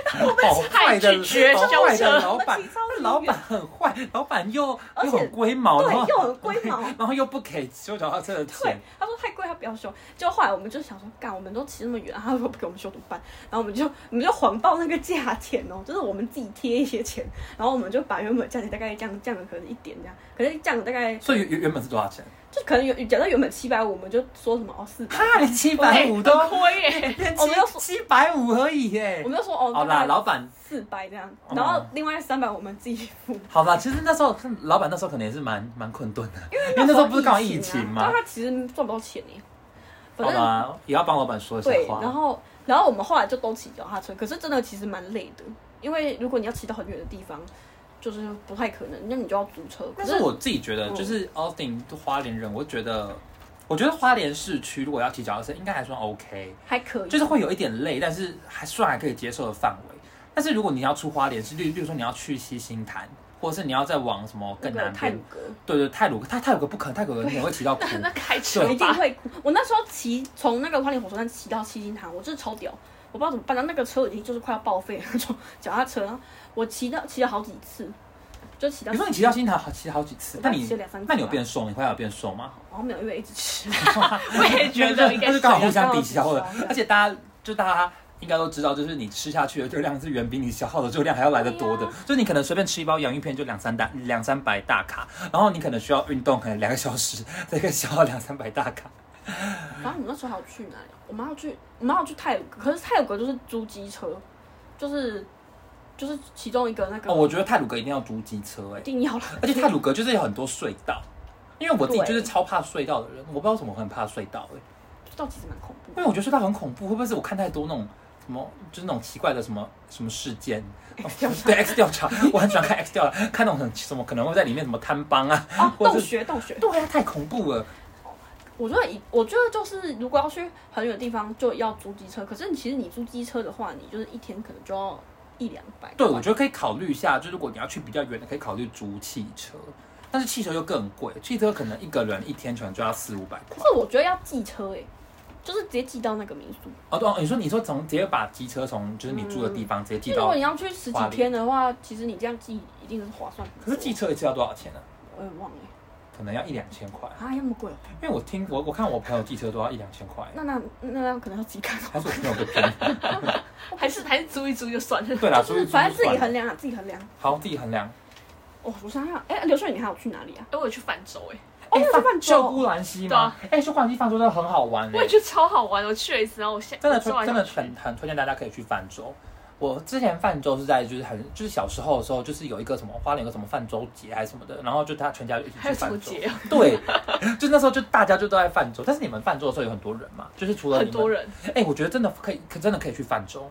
Speaker 1: 好坏的
Speaker 3: 拒绝
Speaker 1: 好坏
Speaker 3: 交
Speaker 1: 的
Speaker 3: 车
Speaker 1: 老板
Speaker 2: 我 们骑超级，远
Speaker 1: 老板很坏，老板又
Speaker 2: 而
Speaker 1: 又
Speaker 2: 且
Speaker 1: 很龟毛，然后
Speaker 2: 对，又很龟毛。
Speaker 1: 然后又不给修脚踏车的
Speaker 2: 对
Speaker 1: 钱，，
Speaker 2: 他说太贵，他啊不要修。就后来我们就想说，干，我们都骑那么远，他说不给我们修怎么办？然后我们就我们就谎报那个价钱哦，就是我们自己贴一些钱，然后我们就把原本价钱大概降降了可能一点这样，可是降了大概
Speaker 1: 所以原原本是多少 钱？
Speaker 2: 就可能有讲到原本七百五，我们就说什么哦四百，
Speaker 1: 哈，连啊七百五都，
Speaker 3: 亏 耶，
Speaker 2: 我们要
Speaker 1: 七百五而已耶
Speaker 2: 我。们就说哦
Speaker 1: 好啦，老
Speaker 2: 后
Speaker 1: 板，
Speaker 2: 四百这样，然后另外三百我们自己付。
Speaker 1: 好啦，其实那时候老板那时候可能也是蛮蛮困顿的，因为那时候不是刚好疫情
Speaker 2: 但
Speaker 1: 嘛。
Speaker 2: 啊他其实赚不到钱呢。反
Speaker 1: 好
Speaker 2: 正
Speaker 1: 啦，也要帮老板说一下
Speaker 2: 啊对，
Speaker 1: 话。
Speaker 2: 然后然后我们后来就都骑脚踏车，可是真的其实蛮累的，因为如果你要骑到很远的地方，就是不太可能，那你就要租车。可
Speaker 1: 但是我自己觉得，
Speaker 2: 嗯
Speaker 1: 就是 Austin 花莲人，我觉得，我觉得花莲市区如果要骑脚踏车，应该还算 OK，
Speaker 2: 还可以，
Speaker 1: 就是会有一点累，但是还算还可以接受的范围。但是如果你要出花莲市，例例如说你要去西星潭，或者是你要再往什么
Speaker 2: 那
Speaker 1: 更
Speaker 2: 个
Speaker 1: 南
Speaker 2: 泰
Speaker 1: 边
Speaker 2: 鲁，格，
Speaker 1: 对对，泰鲁，泰泰鲁格不可能，泰鲁格你也会骑到哭。
Speaker 3: 那开车
Speaker 2: 我一定
Speaker 3: 吧，
Speaker 2: 会哭。我那时候骑从那个花莲火车站骑到七星潭，我真的超屌，我不知道怎么办，然后那个车已经就是快要报废了那种脚踏车，然后我骑到骑了好几次，就骑到
Speaker 1: 你说你骑到西星潭好骑好几次，
Speaker 2: 我
Speaker 1: 那
Speaker 2: 大概
Speaker 1: 你
Speaker 2: 骑了两三次吧
Speaker 1: 那你有变瘦？你后来有变瘦吗？
Speaker 2: 然后没有因为一直吃，
Speaker 3: 我也觉得应该
Speaker 1: 那
Speaker 3: 是
Speaker 1: 就刚好互相比消耗的
Speaker 2: 要到底，
Speaker 1: 而且大家就大家应该都知道，就是你吃下去的热量是远比你消耗的热量还要来得多的。
Speaker 3: 对啊
Speaker 1: 就你可能随便吃一包洋芋片就两三大两三百大卡，然后你可能需要运动可能两个小时，才可以消耗两三百大卡。
Speaker 2: 然后我们那时候还要去哪里？啊我们还要去，我们还要去泰鲁阁，可是泰鲁阁就是租机车，就是就是其中一个那个。
Speaker 1: 哦，我觉得泰鲁格一定要租机车哎、
Speaker 2: 一定要了。
Speaker 1: 而 且泰鲁格就是有很多隧道。因为我自己
Speaker 2: 对
Speaker 1: 就是超怕隧道的人，我不知道为什么我很怕隧道哎、
Speaker 2: 到其实蛮恐怖
Speaker 1: 因为我觉得隧道很恐怖，会不会是我看太多那种什么，就是那种奇怪的什么什么事件？哦
Speaker 2: 的。调查
Speaker 1: 对 X 调查， 我很喜欢看 X 调查，看那种很什么可能会在里面什么贪帮啊，
Speaker 2: 哦，
Speaker 1: 我是
Speaker 2: 洞穴洞穴。
Speaker 1: 对啊，太恐怖了。
Speaker 2: 我觉得以我觉得就是如果要去很远的地方，就要租机车。可是你其实你租机车的话，你就是一天可能就要一两百。
Speaker 1: 对，我觉得可以考虑一下，就如果你要去比较远的，可以考虑租汽车，但是汽车又更贵，汽车可能一个人一天可能就要四五百
Speaker 2: 可
Speaker 1: 块。
Speaker 2: 是我觉得要寄车哎、就是直接寄到那个民宿。
Speaker 1: 哦，对哦，你说你说从直接把机车从就是你住的地方直接寄
Speaker 2: 就如
Speaker 1: 到
Speaker 2: 果，你要去十几天的话，其实你这样寄一定是划算很多。
Speaker 1: 可是寄车一次要多少钱呢、
Speaker 2: 我也忘了、
Speaker 1: 可能要一两千块，
Speaker 2: 欸，啊，要那么贵哦、
Speaker 1: 因为我听我我看我朋友寄车都要一两千块，
Speaker 2: 那那那那可能要自己看。哦
Speaker 1: 还是我朋友被骗。
Speaker 3: 还是还是租一租就算了。
Speaker 1: 对啦，啊
Speaker 2: 就
Speaker 1: 所以
Speaker 2: 是反正自己衡量啊，自己衡量。
Speaker 1: 好自己衡量。
Speaker 2: 哦，我想想，哎、刘顺，你还有去哪里啊？
Speaker 3: 哎，我有去泛舟哎，
Speaker 2: 哦，
Speaker 1: 哎、
Speaker 2: 那
Speaker 1: 放
Speaker 2: 是泛
Speaker 1: 秀
Speaker 2: 舟
Speaker 1: 姑兰溪吗？哎、秀姑兰溪放舟真的很好玩、欸。
Speaker 3: 啊我也觉得超好玩，我去了一次，然后我下
Speaker 1: 真的
Speaker 3: 我之
Speaker 1: 推
Speaker 3: 后还
Speaker 1: 真的
Speaker 3: 想去
Speaker 1: 很很推荐大家可以去泛舟。我之前泛舟是在就是很就是小时候的时候，就是有一个什么花莲有个什么泛舟节还是什么的，然后就他全家就一起
Speaker 3: 还
Speaker 1: 去
Speaker 3: 有什么
Speaker 1: 泛舟。
Speaker 3: 节啊，
Speaker 1: 对，就那时候就大家就都在泛舟，但是你们泛舟的时候有很多人嘛，就是除了你
Speaker 3: 很
Speaker 1: 们
Speaker 3: 多，人，
Speaker 1: 哎、我觉得真的可以，可真的可以去泛舟。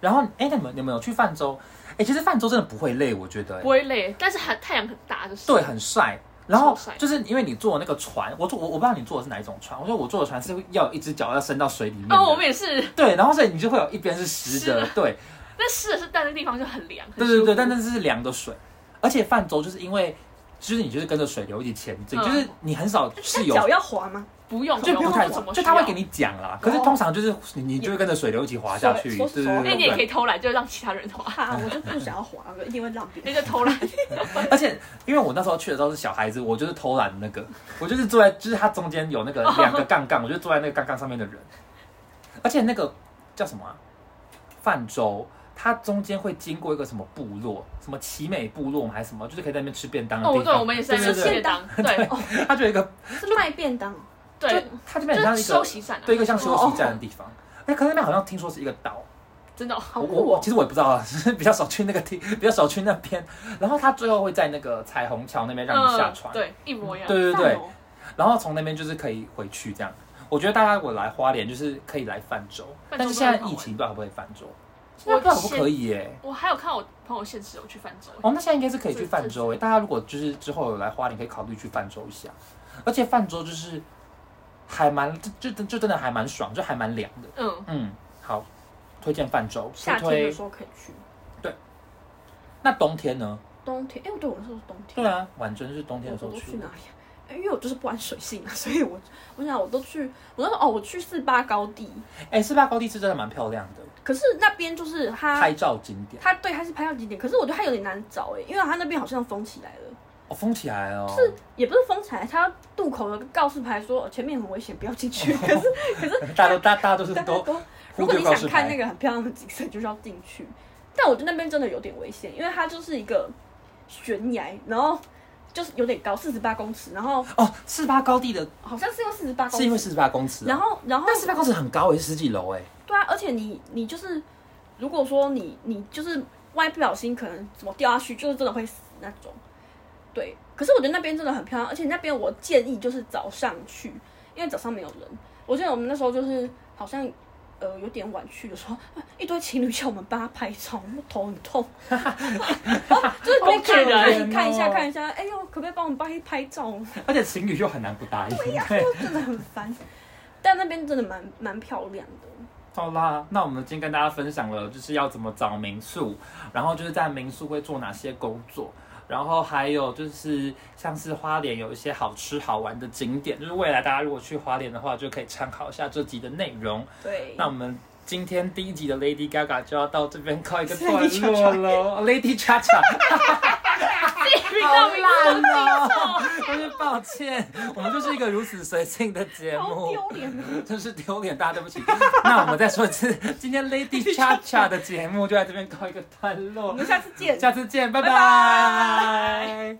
Speaker 1: 然后哎、那你们你们有去泛舟？哎、其实泛舟真的不会累，我觉得、哎
Speaker 3: 不会累，但是很太阳很大，就是
Speaker 1: 对，很晒。然后
Speaker 3: 超晒
Speaker 1: 就是因为你坐的那个船，我坐我我不知道你坐的是哪一种船，我说我坐的船是要有一只脚要伸到水里面的。
Speaker 3: 哦，我们也是，
Speaker 1: 对，然后所以你就会有一边是湿的，
Speaker 3: 湿的
Speaker 1: 对，
Speaker 3: 但是是但那地方就很凉，很
Speaker 1: 对对
Speaker 3: 舒
Speaker 1: 对，
Speaker 3: 服
Speaker 1: 但那是凉的水，而且泛舟就是因为，就是你就是跟着水流一起前进，
Speaker 3: 嗯
Speaker 1: 就是你很少是有
Speaker 2: 脚要滑 吗？
Speaker 3: 不用
Speaker 1: 就
Speaker 3: 不
Speaker 1: 不
Speaker 3: 用
Speaker 1: 太
Speaker 3: 怎么需
Speaker 1: 就
Speaker 3: 要，哦
Speaker 1: 他会给你讲啦，可是通常就是你你就会跟着水流一起滑下去，
Speaker 2: 手
Speaker 1: 对
Speaker 2: 手
Speaker 1: 对
Speaker 2: 手
Speaker 3: 那
Speaker 1: 对
Speaker 3: 你也可
Speaker 1: 对
Speaker 3: 以偷懒，就让其他人滑，
Speaker 2: 啊，我就不想要滑，我一定会让 别
Speaker 3: 那
Speaker 2: 人。
Speaker 3: 就偷懒，
Speaker 1: 对，而且因为我那时候去的时候是小孩子，我就是偷懒的那个，我就是坐在就是它中间有那个两个杠 杠，我就坐在那个杠杠上面的人，而且那个叫什么啊？泛舟。它中间会经过一个什么部落，什么奇美部落吗还是什么，就是可以在那边吃便当的地
Speaker 3: 哦，
Speaker 1: 方。
Speaker 3: 对，我们也是在那
Speaker 1: 对
Speaker 3: 吃
Speaker 1: 对
Speaker 3: 便当，对
Speaker 1: 对它就有一个
Speaker 2: 是卖便当哦，
Speaker 3: 对
Speaker 1: 就，它这边很
Speaker 3: 就
Speaker 1: 像
Speaker 3: 是
Speaker 1: 一
Speaker 3: 休
Speaker 1: 个
Speaker 3: 息哦站啊，
Speaker 1: 对一个像休息站的地方。哎，可是那边好像听说是一个岛，
Speaker 3: 真的哦
Speaker 2: 好
Speaker 1: 我
Speaker 2: 酷
Speaker 1: 我
Speaker 2: 哦
Speaker 1: 其！实我也不知道啊， 只是比较少去那个地， 比较少去那边。然后它最后会在那个彩虹桥那边让你下船，
Speaker 3: 嗯对，一模一样，
Speaker 1: 对对
Speaker 2: 赞
Speaker 1: 对
Speaker 2: 哦，
Speaker 1: 然后从那边就是可以回去这样。我觉得大家我来花莲就是可以来泛舟，
Speaker 3: 泛舟
Speaker 1: 但是现在疫情不知道可不可以泛舟，现在
Speaker 3: 我
Speaker 1: 不知道可不可以耶。
Speaker 3: 我还有看我朋友现实有去泛舟，
Speaker 1: 哦，那现在应该是可以去泛
Speaker 3: 这
Speaker 1: 舟诶。大家如果就是之后有来花莲，可以考虑去泛舟一下。而且泛舟就是还蛮就就就真的还蛮爽，就还蛮凉的。
Speaker 3: 嗯，
Speaker 1: 嗯，好，推荐泛舟。
Speaker 2: 夏
Speaker 1: 不
Speaker 2: 天的
Speaker 1: 推
Speaker 2: 时候可以去，
Speaker 1: 那冬天呢？
Speaker 2: 冬天哎，对我那时候是冬天。
Speaker 1: 对，啊，婉珍是冬天的时
Speaker 2: 我
Speaker 1: 候
Speaker 2: 都
Speaker 1: 去
Speaker 2: 去
Speaker 1: 的
Speaker 2: 哪。里啊？因为我就是不玩水性啊，所以我我想我都去，我那时候哦，我去四八高地，
Speaker 1: 哎，四八高地是真的蛮漂亮的，
Speaker 2: 可是那边就是它
Speaker 1: 拍，照景点
Speaker 2: 它对它是拍到景点，可是我觉得它有点难找哎、因为它那边好像封起来了，
Speaker 1: 哦，封起来哦。
Speaker 2: 也不是封起来，它渡口有个告示牌说哦前面很危险，不要进去。可是
Speaker 1: 大家都大大家都哦是
Speaker 2: 大家
Speaker 1: 都
Speaker 2: 都
Speaker 1: 忽
Speaker 2: 如果
Speaker 1: 略
Speaker 2: 你
Speaker 1: 告
Speaker 2: 想
Speaker 1: 示
Speaker 2: 看那
Speaker 1: 牌。
Speaker 2: 个很漂亮的景色，就是要进去。但我觉得那边真的有点危险，因为它就是一个悬崖，然后就是有点高，四十八公尺，然后
Speaker 1: 哦，四八高地的
Speaker 2: 好像是用四十八公尺，
Speaker 1: 是因为四十八公尺、啊，
Speaker 2: 然后然后
Speaker 1: 但四八公尺很高诶、十几楼诶、哎
Speaker 2: 对啊，而且你你就是如果说你你就是万一不小心可能怎么掉下去，就是真的会死那种。对，可是我觉得那边真的很漂亮，而且那边我建议就是早上去，因为早上没有人。我记得我们那时候就是好像呃有点晚去的时候，啊一堆情侣叫我们帮他拍照，我头很痛，就是可以
Speaker 3: 好可
Speaker 2: 看
Speaker 1: 怜哦
Speaker 2: 看一下看一下，哎呦，可不可以帮我们拍拍照？
Speaker 1: 而且情侣又很难不答应。
Speaker 2: 真的很烦。但那边真的蛮蛮漂亮的，
Speaker 1: 好啦，那我们今天跟大家分享了，就是要怎么找民宿，然后就是在民宿会做哪些工作，然后还有就是像是花莲有一些好吃好玩的景点，就是未来大家如果去花莲的话，就可以参考一下这集的内容。
Speaker 2: 对。
Speaker 1: 那我们今天第一集的 Lady Gaga 就要到这边告一个段
Speaker 2: Lady
Speaker 1: 落了，Lady Cha Cha。好烂哦！就是抱歉，我们就是一个如此随性的节
Speaker 2: 好
Speaker 1: 目。
Speaker 2: 丢脸啊！
Speaker 1: 真是丢脸，大家对不起。那我们再说一次，今天 Lady Cha Cha 的节目就在这边告一个段
Speaker 2: 我
Speaker 1: 落
Speaker 2: 们，下次见。
Speaker 1: 下次见，拜
Speaker 2: 拜
Speaker 1: 拜。